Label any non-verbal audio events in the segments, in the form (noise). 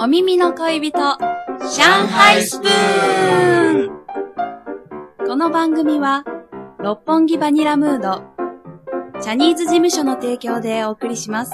お耳の恋人、上海スプーンこの番組は、六本木バニラムード、ジャニーズ事務所の提供でお送りします。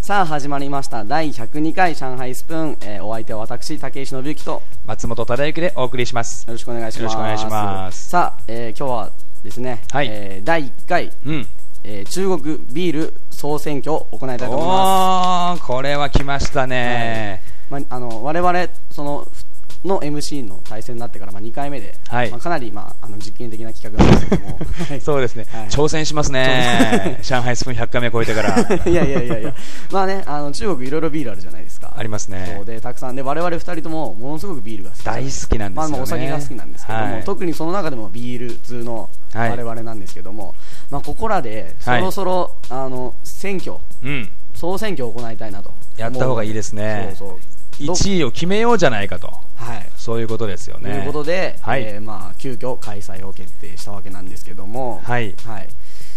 さあ始まりました第102回上海スプーン、えーお相手は私竹井忍之とよ松本忠之でお送りします。ろしくお願いしますよろしくお願いしますさあ、えー今日はですね、はいえー第1回、うん。えー中国ビール総選挙を行いたいと思いまおー、これは来ましたね。す、まあ、あの我々そのふの MC の対戦になってから、まあ、2回目で、はいまあ、かなり、まあ、あの実験的な企画なんですけ (laughs) どもはいそうですね、はい挑戦しますね。上海スプーン100回目超えてから。 (laughs) いやいやいやいや、まあね、あの中国いろいろビールあるじゃないですか。ありますねそうで、たくさんで、我々二人ともものすごくビールが好き。大好きなんですよねまあまあお酒が好きなんですけども、はい特にその中でもビール通のはい我々なんですけども、まあここらでそろそろ、あの選挙うん。総選挙を行いたいなと。やった方がいいですねそうそう。ど1位を決めようじゃないかと。はい。そういうことですよとね。いうことで、はいえーまあ急遽開催を決定したわけなんですけども、はいはい、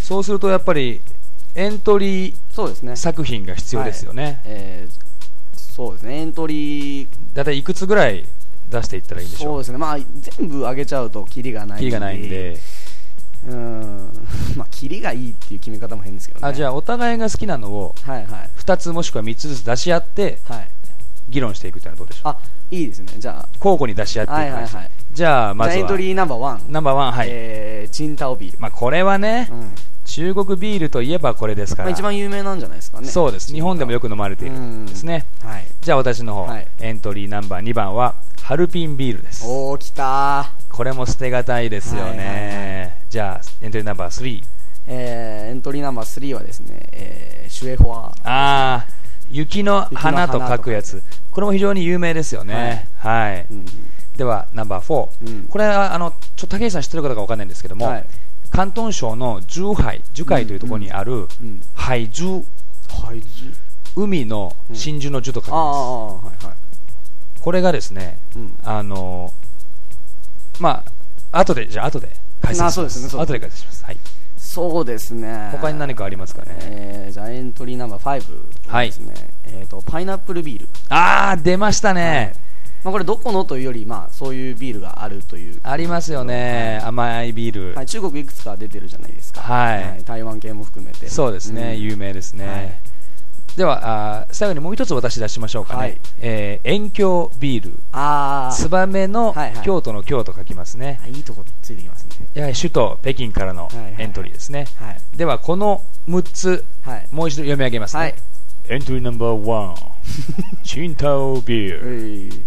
そうするとやっぱり、エントリーそうですね。作品が必要ですよね。はいえーそうですね。エントリーだいたいいくつぐらい出していったらいいんでしそうょうですね、まあ、全部上げちゃうとキリがないキリがないんで。うーん (laughs) まあキリがいいっていう決め方も変ですけどねあ、じゃあお互いが好きなのをはいはい2つもしくは3つずつ出し合って、はい議論していくってのはどうでしょうあいいですねじゃ交互に出し合っていくはいはいはいじゃああ、まずじゃあエントはリーナンバーワンナンバーワンはい、えーチンタオビール、まあ、これはね、うん中国ビールといえばこれですかまら、あ、一番有名なんじゃないですかねそうです日本でもよく飲まれているんですねはいじゃあ私の方、はいエントリーナンバー2番はハルピンビールですおおきたーこれも捨てがたいですよね、はいじゃあエントリーナンバー3えーエントリーナンバー3はですね、えーシュエホアああ雪の花と書くや雪つこれも非常に有名ですよねはい、うんではナンバー4、うんこれはあのちょっと竹内さん知ってる方かわかんないんですけども、はい広東省の珠海珠海というところにあるうんうん海珠はい海の真珠の珠と書きます、あーあーはいはいこれがですね、うんあのまあ後でじゃあ後で解説あしそうまですすねそうです後で解説しますはいそうですね他に何かありますかねえーじゃあエントリーナンバー5ですね、えー、とパイナップルビール、ああ出ましたね、まあ、これどこのというより、まあ、そういうビールがあるというありますよね、甘いビール、はい、中国いくつか出てるじゃないですか、はい台湾系も含めてそうですね、ん有名ですね、はいではあー最後にもう一つ私出しましょうかね、はいえー遠鏡ビールあツあバメのはいはい京都の京と書きますね、いいとこついてきますねやはり首都北京からのはいはいはいエントリーですね、はいではこの6つ、はいもう一度読み上げますね、はいエントリーナンバー1 (laughs) チンタオビールうん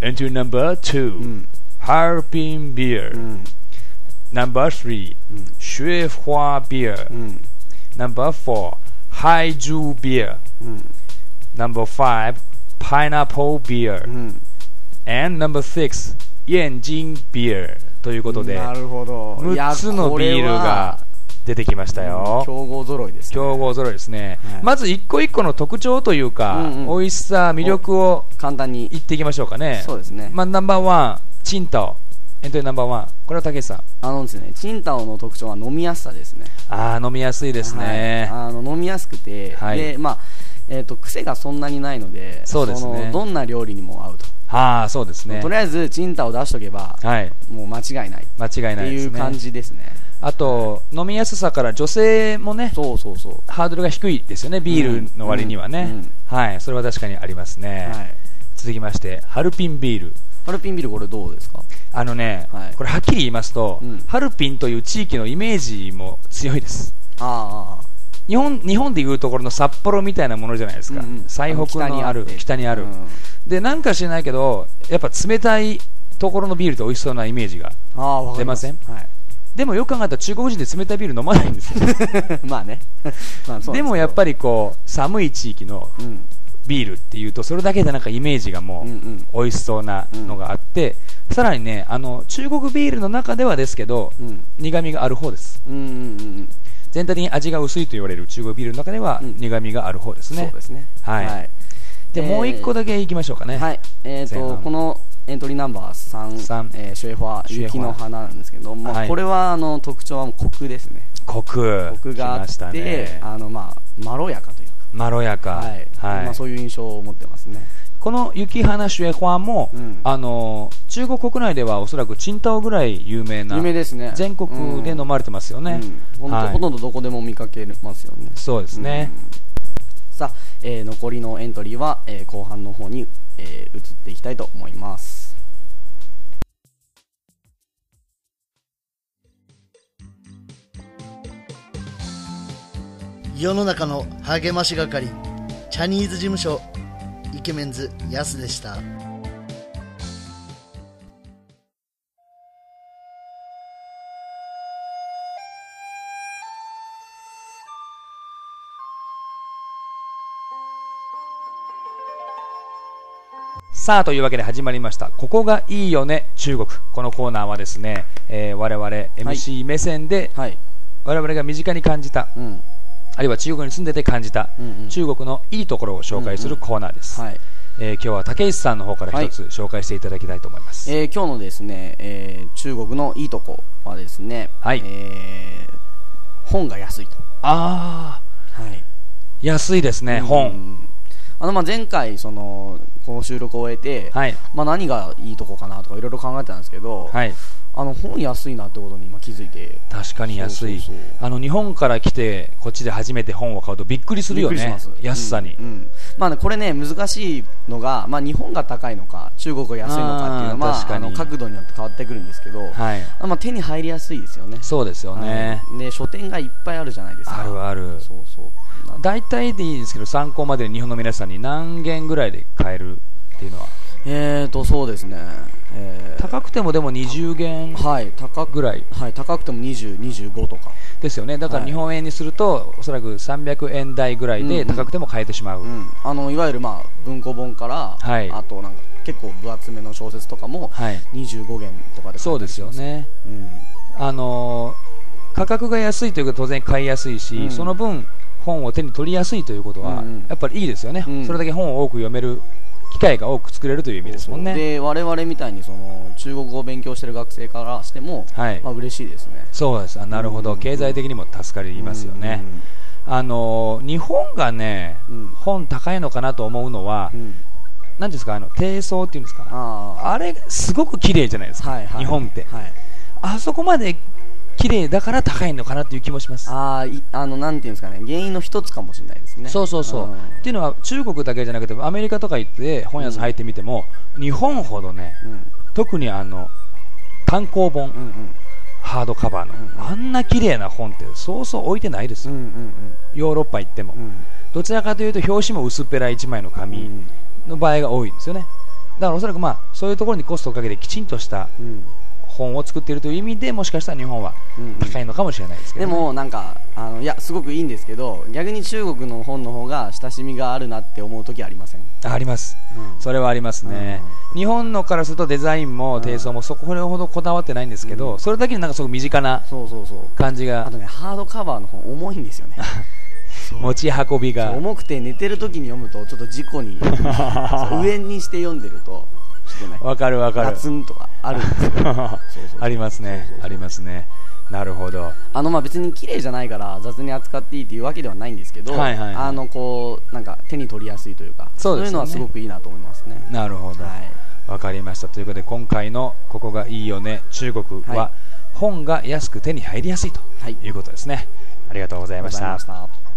エントリーナンバー2、うんハルピンビーうル、んナンバー3、うんシュエフォアビール、うんナンバー4ハイジュービールうんナンバー5 Pineapple Beer、うん、 and ナンバー6イエンジンビールということでなるほど6つのビールが出てきましたいやこれはよ強豪揃いです、ね、競合揃いですね、はいまず一個一個の特徴というか、うんうん美味しさ魅力を簡単に言っていきましょうかねそうですねまあ、ナンバーワンチンタオエントリーナンバーワンこれは竹内さんあのですねチンタオの特徴は飲みやすさですねああ飲みやすいですね、はいあの飲みやすくて、はいでまあえー、と癖がそんなにないのでそうですねのどんな料理にも合うと、ああそうですねとりあえずチンタを出しとけば、はいもう間違いないっ間違いてないでいすうね感じですねあと飲みやすさから女性もねそうそうそう、ハードルが低いですよね、ビールの割にはね、うんうんはい、それは確かにありますね、はい、続きまして、ハルピンビール、ハルピンビールこれどうですかあのね、はいこれはっきり言いますと、うんハルピンという地域のイメージも強いです、あ日本日本でいうところの札幌みたいなものじゃないですか、うんうん最北のある、北北ににああるる、うんで、なんか知らないけど、やっぱ冷たいところのビールって美味しそうなイメージが、あああわかります出まはい (laughs) でもよく考えたら、中国人で冷たいビール飲まないんですよ。まあね (laughs) まあそうなんすけどでもやっぱりこう寒い地域のうんビールっていうとそれだけでなんかイメージがもうんうんう美味しそうなのがあって、さらにねあの中国ビールの中ではですけど、うん苦味がある方ですうんうんうんうん全体的に味が薄いと言われる中国ビールの中ではうん苦味がある方ですそうね、ですねはいはいでもう一個だけいきましょうかね、はい、えー、前と半この、エントリーナンバー3三、えーシュエファシュエファ雪の花なんですけど、まはあ、いこれはあの特徴はもうコクですね、コクコクがあ来まっしたて、ねあのまあ、まろやかというまろやか、か、はいまあ、そういう印象を持ってますね。この雪花シュエファーも、うんあの中国国内ではおそらくチンタオぐらい有名な有名ですね全国で飲まれてますよね、うんほんとはいほとんどどこでも見かけますよね。そうですね、うんさあ、えー残りのエントリーは、えー後半の方に、えー移っていきたいと思います。世の中の励まし係チャニーズ事務所イケメンズヤスでしたさあというわけで始まりました「ここがいいよね中国」このコーナーはですね、えー我々 MC 目線で、はい。我々が身近に感じたうん。あるいは中国に住んでて感じた、うんうん中国のいいところを紹介するコーナーです、はい。えー今日は竹内さんの方から一つ紹介していただきたいと思います、えー今日のですね、えー中国のいいとこはですね、はいえー本が安いと。ああはい。安いですね、う本んあのまあ前回そのこの収録を終えて、はいまあ何がいいとこかなとかいろいろ考えてたんですけど、はいあの本安いなってことに今気づいて確かに安いそうそうそうあの日本から来てこっちで初めて本を買うとびっくりするよびっくねりします安さに、うんうんまあね、これね難しいのが、まあ、日本が高いのか中国が安いのかっていうのあーは確まあ、かあにの角度によって変わってくるんですけど、はいあまあ、手に入りやすいですよねそうですよね、はいで書店がいっぱいあるじゃないですかあるあるそうそうなん大体でいいんですけど参考までに日本の皆さんに何件ぐらいで買えるっていうのはえーとそうですね、えー高くてもでも20元はい高くぐらいはい、高くても2025とかですよねだかはらい日本円にするとおそらく300円台ぐらいうんうでん高くても買えてしまう、うん、あのいわゆる、まあ、文庫本から、はいあとなんか結構分厚めの小説とかもはい25元とかで買えたりしますそうですよ、ねうんあのー価格が安いということは当然買いやすいし、うんその分本を手に取りやすいということは、うんうんやっぱりいいですよね、うんそれだけ本を多く読める機会が多く作れるという意味ですもんねそうそうで我々みたいにその中国語を勉強してる学生からしても、はいまあ嬉しいですねそうですあなるほど、うんうん経済的にも助かりますよね、あのー日本がね、うん本高いのかなと思うのは、うなんん、うん何ですかあの低層っていうんですかああれすごく綺麗じゃないですあか、はいはい日本って、はいあそこまで綺麗だから高いのかなっていう気もしますああいあのなんていうんですかね原因の一つかもしれないですねそうそうそう、んっていうのは中国だけじゃなくてアメリカとか行って本屋さん入ってみても、日本ほどねうん特にあの単行本、うんうんハードカバーの、うんうんあんな綺麗な本ってそうそう置いてないですうよ、んうんヨーロッパ行っても、うんうんどちらかというと表紙も薄っぺらい1枚のう紙んの場合が多いんですよねだからおそらくまあそういうところにコストをかけてきちんとしたうん本を作っているという意味でもしかしたら日本はうん高いのかもしれないですけでどね、もなんかあのいやすごくいいんですけど逆に中国の本の方が親しみがあるなって思う時ありません、ありますうんそれはありますね、日本のからするとデザインも低層もそこほどこだわってないんですけど、うんそれだけになんかすごく身近なそうそうそう感じあがとねハードカバーの本重いんですよねそう持ち運び (laughs) が重くて寝てる時に読むとちょっと事 (laughs) 故にそう上にして読んでるとちょっとねわかるわかガるツンとかあるんですよそうそう (laughs) ありますねそうそうそうありますねなるほどあのまあ別に綺麗じゃないから雑に扱っていいっていうわけではないんですけど、はいはいはいあのこうなんか手に取りやすいというかそうですいうよのねはすごくいいなと思いますねなるほどわ、はいかりましたということで今回の「ここがいいよね中国は」は本が安く手に入りやすいとはいいうことですねありがとうございましたございました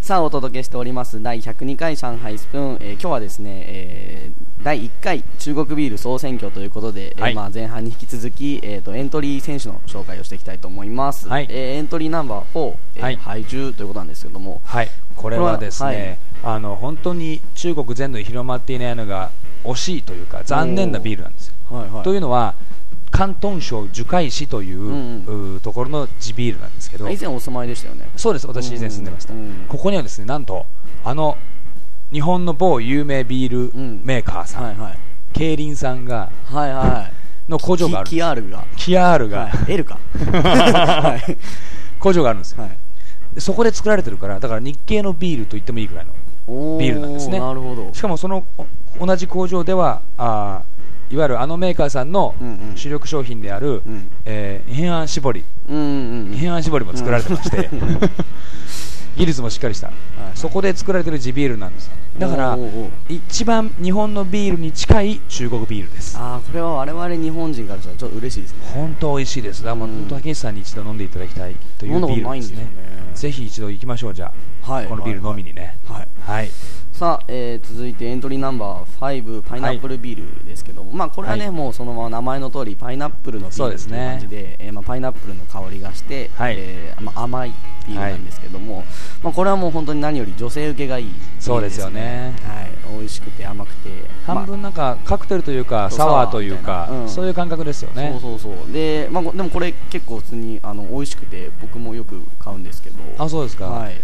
さあお届けしております第102回上海スプーン、えー今日はですね、えー第1回中国ビール総選挙ということで、えーはいまあ、前半に引き続き、えー、とエントリー選手の紹介をしていきたいと思います、はいえーエントリーナンバー4、えーはいハイジュということなんですけども、はい、これはですね、あの本当に中国全土に広まっていないのが惜しいというか残念なビールなんですよ。はいはというのは広東省樹海市という,ううんー、ところの地ビールなんですけど以前お住まいでしたよねそうです私以前住んでました、うんうんここにはですねなんとあの日本の某有名ビールメーカーさん、はいはい競輪さんがはいはいの工場があるキキアールがキアールが、はい、L かはい工場があるんですよ、はいでそこで作られてるからだから日系のビールと言ってもいいぐらいの (laughs) おビールなんですねなるほどしかもそのお同じ工場ではあーいわゆるあのメーカーさんのうんうん主力商品である、うんえー変案絞りうんうんうん変案絞りも作られてまして、技術もしっかりした、はいそこで作られてる地ビールなんですよだからおーおーおー一番日本のビールに近い中国ビールですああこれは我々日本人からしたらちょっと嬉しいですね本当美味しいですだからうん本当竹内さんに一度飲んでいただきたいという飲んだこビとーないルんでですすよねねぜひ一度行きましょうじゃあ、はいこのビール飲みにねはいはい、さあ、えー続いてエントリーナンバー5パイナップルビールですけども、まあこれはね、はいもうそのまま名前の通りパイナップルのビそーうルですというね感じでえーまあ、パイナップルの香りがして、はいえーまあ、甘いビールなんですけども、まあ、これはもう本当に何より女性受けがいいビールそうですよねはい、美味しくて甘くて半分なんかカクテルというかそうサワーというサかワーみたいなうんそういう感覚ですよまあねそうそうそうで,、まあ、こでもこれ結構普通にあの美味しくて僕もよく買うんですけどあそうですか、はい、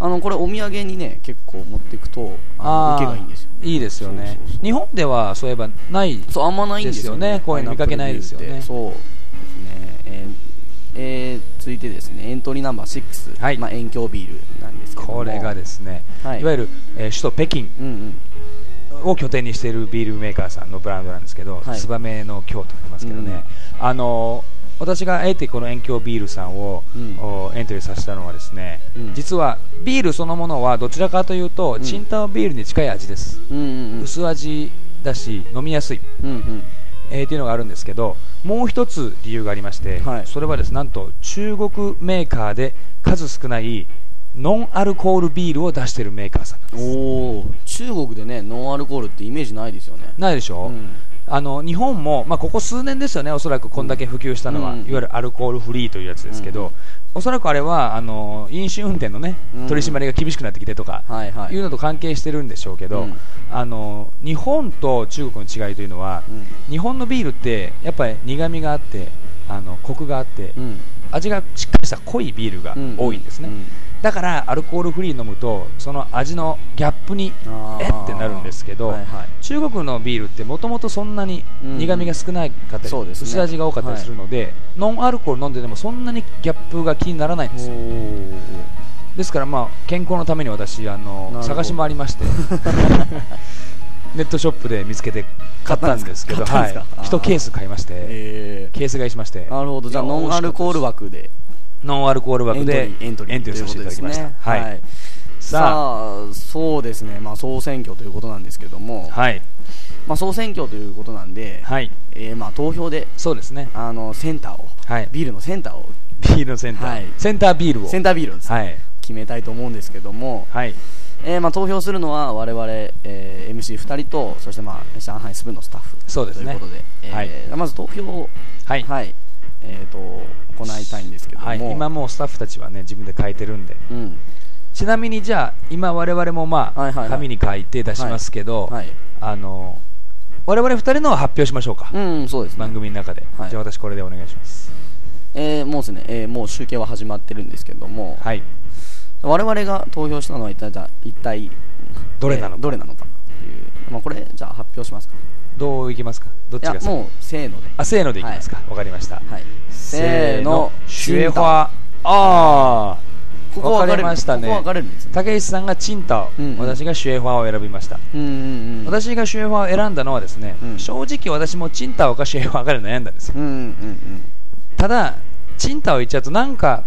あのこれお土産にね結構持っていくとああのー受けがいいんですよいいですよねそうそうそう日本ではそういえばないそうあんまないんですでよすよねね公園で見かけないですよねパイナップルビールってそうですねえーえー続いてですねエントリーナンバー6、はいまあ、遠鏡ビールなんですけどもこれがですね、はいい、わゆる、えー首都北京うんうんを拠点にしているビールメーカーさんのブランドなんですけど、はいツバメの京とありますけどね、あの私があえてこの遠京ビールさんを、うんおエントリーさせたのはですね、うん実はビールそのものはどちらかというと、うんチンタオビールに近い味です、うんうんうん薄味だし飲みやすい、うんえーっていうのがあるんですけどもう一つ理由がありまして、はいそれはですなんと中国メーカーで数少ないノンアルコールビールを出しているメーカーさんなんうんですおお中国でねノンアルコールってイメージないですよねないでしょ、うんあの日本も、まあ、ここ数年ですよね、おそらくこんだけ普及したのは、うんいわゆるアルコールフリーというやつですけど、うんおそらくあれはあの飲酒運転の、ねうん、取り締まりが厳しくなってきてとか、はいはいいうのと関係してるんでしょうけど、うんあの日本と中国の違いというのは、うん日本のビールってやっぱり苦みがあってあのコクがあって、うん味がしっかりした濃いビールが多いんですね、うんだからアルコールフリー飲むとその味のギャップにあーえってなるんですけど、はいはい中国のビールってもともとそんなにうん苦みが少なかったり、そうですね薄味が多かったりするので、ノンアルコール飲んででもそんなにギャップが気にならないんですよおですからまあ健康のために私あなるほのど探し回りまして (laughs) ネットショップで見つけて買ったんですけど買ったんですかはあーい、1ケース買いまして、えケース買いしましてー、なるほどじゃあいやノンアルコール枠でノンアルコール枠でエントリーエントリーさせていただきました、ということですねははいさい、あさあそうですね、まあ、総選挙ということなんですけども、はいまあ、総選挙ということなんで、はいえーまあ、投票でそうですねあのセンターを、はいビールのセンターをビールのセンター、はいセンタービールをセンタービールをですねはい決めたいと思うんですけども、はいえーまあ、投票するのは我々、え MC2 人とそして、まあ、上海スブのスタッフそうですねということで、えーはいまず投票を、はいえー、と行いたいんですけども、はい、今もうスタッフたちはね自分で書いてるんでうん、ちなみにじゃあ今我々もまあ、はいはいはい紙に書いて出しますけど、はい、あの我々二人のは発表しましょうか、うん、そうですね番組の中で、はいじゃあ私これでお願いしますえーもうですね、えーもう集計は始まってるんですけども、はい我々が投票したのは一体じゃあ一体どれなのえーかどれなのかっていう、まあ、これじゃあ発表しますかどういきますかどっちいがや先もうせーのであせーのでいきますかわ、かりました、はいせーのシュエホチンアあタあここ分分かかれりままししたたねねここ分かれるんですね竹内さんがチンタオ、うんうん私がシュエホアを選びましたうんうんうん私がシュエファーを選んだのはですね、うん正直私もチンタオかシュエファーかで悩んだんですようんうんうんただチンタオ言っちゃうとなんか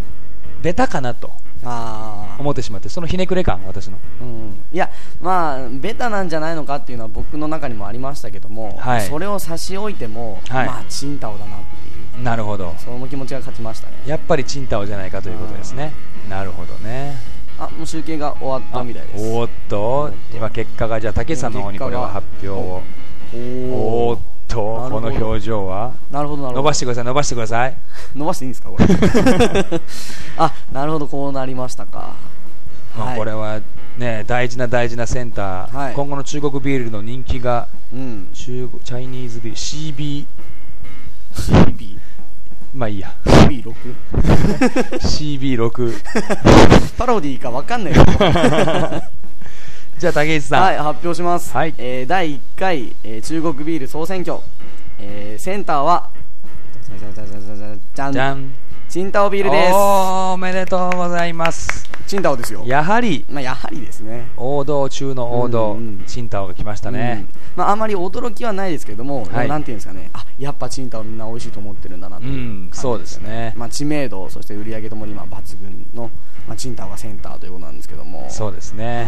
ベタかなとああ思ってしまってそのひねくれ感私のうん、いやまあベタなんじゃないのかっていうのは僕の中にもありましたけども、はいそれを差し置いても、はいまあチンタオだなっていうなるほどその気持ちが勝ちましたねやっぱりチンタオじゃないかということですねなるほどねあもう集計が終わったみたいですおーっと今結果がじゃあ武さんの方にこれは発表をおおーっとなるこほどの表情はなるほどなるほ伸どばしてください伸ばしてください伸ばしていいんですかこれ (laughs) あなるほどこうなりましたか、まあこれはね大事な大事なセンター、はい今後の中国ビールの人気がうん中国チャイニーズビール CB CB まあいい (laughs) や CB6 CB6 (laughs) パロディーか分かんないけどじゃあ竹内さん、はい、発表します。はいえー第1回、えー中国ビール総選挙。えーセンターは、じゃじゃじゃじゃじゃじゃじゃんじゃんチンタオビールでおーおめでとうございますす。チンタオですよ。やはりまあ、やはりですね。王道中の王道、うんうんチンタオが来ましたね、うんまあ、あまり驚きはないですけれども、はいなんていうんですかねあやっぱチンタはみんな美味しいと思ってるんだなといううん感じそうですねまあ、知名度そして売り上げともに今抜群の、まあ、チンタはセンターということなんですけどもそうですね、はい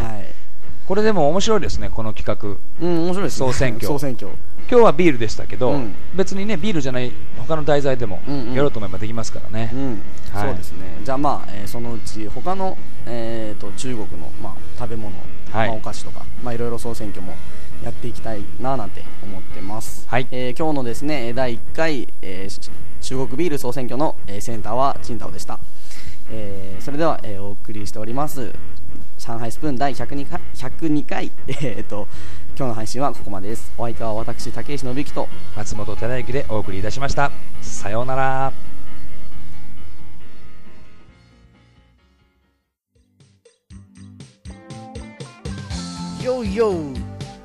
これでも面白いですねこの企画うん面白いですね総選挙総選挙今日はビールでしたけど、うん別にねビールじゃない他の題材でもうんうんやろうと思えばできますからね、うん、はいそうですねじゃあまあ、えーそのうち他の、えー、と中国の、まあ、食べ物、はいまあ、お菓子とか、まあ、いろいろ総選挙もやっていきたいななんて思ってます、はいえー今日のですねえー第1回、えーし中国ビール総選挙の、えーセンターはチンタオでした、えーそれでは、えーお送りしております上海スプーン第102回 ,102 回、えー、と今日の配信はここまでですお相手は私竹石伸之と松本忠之でお送りいたしましたさようならよいよ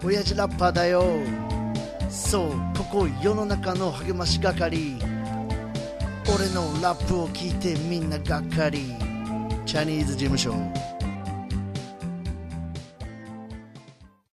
親父ラッパーだよそうここ世の中の励まし係俺のラップを聞いてみんながっかりチャニーズ事務所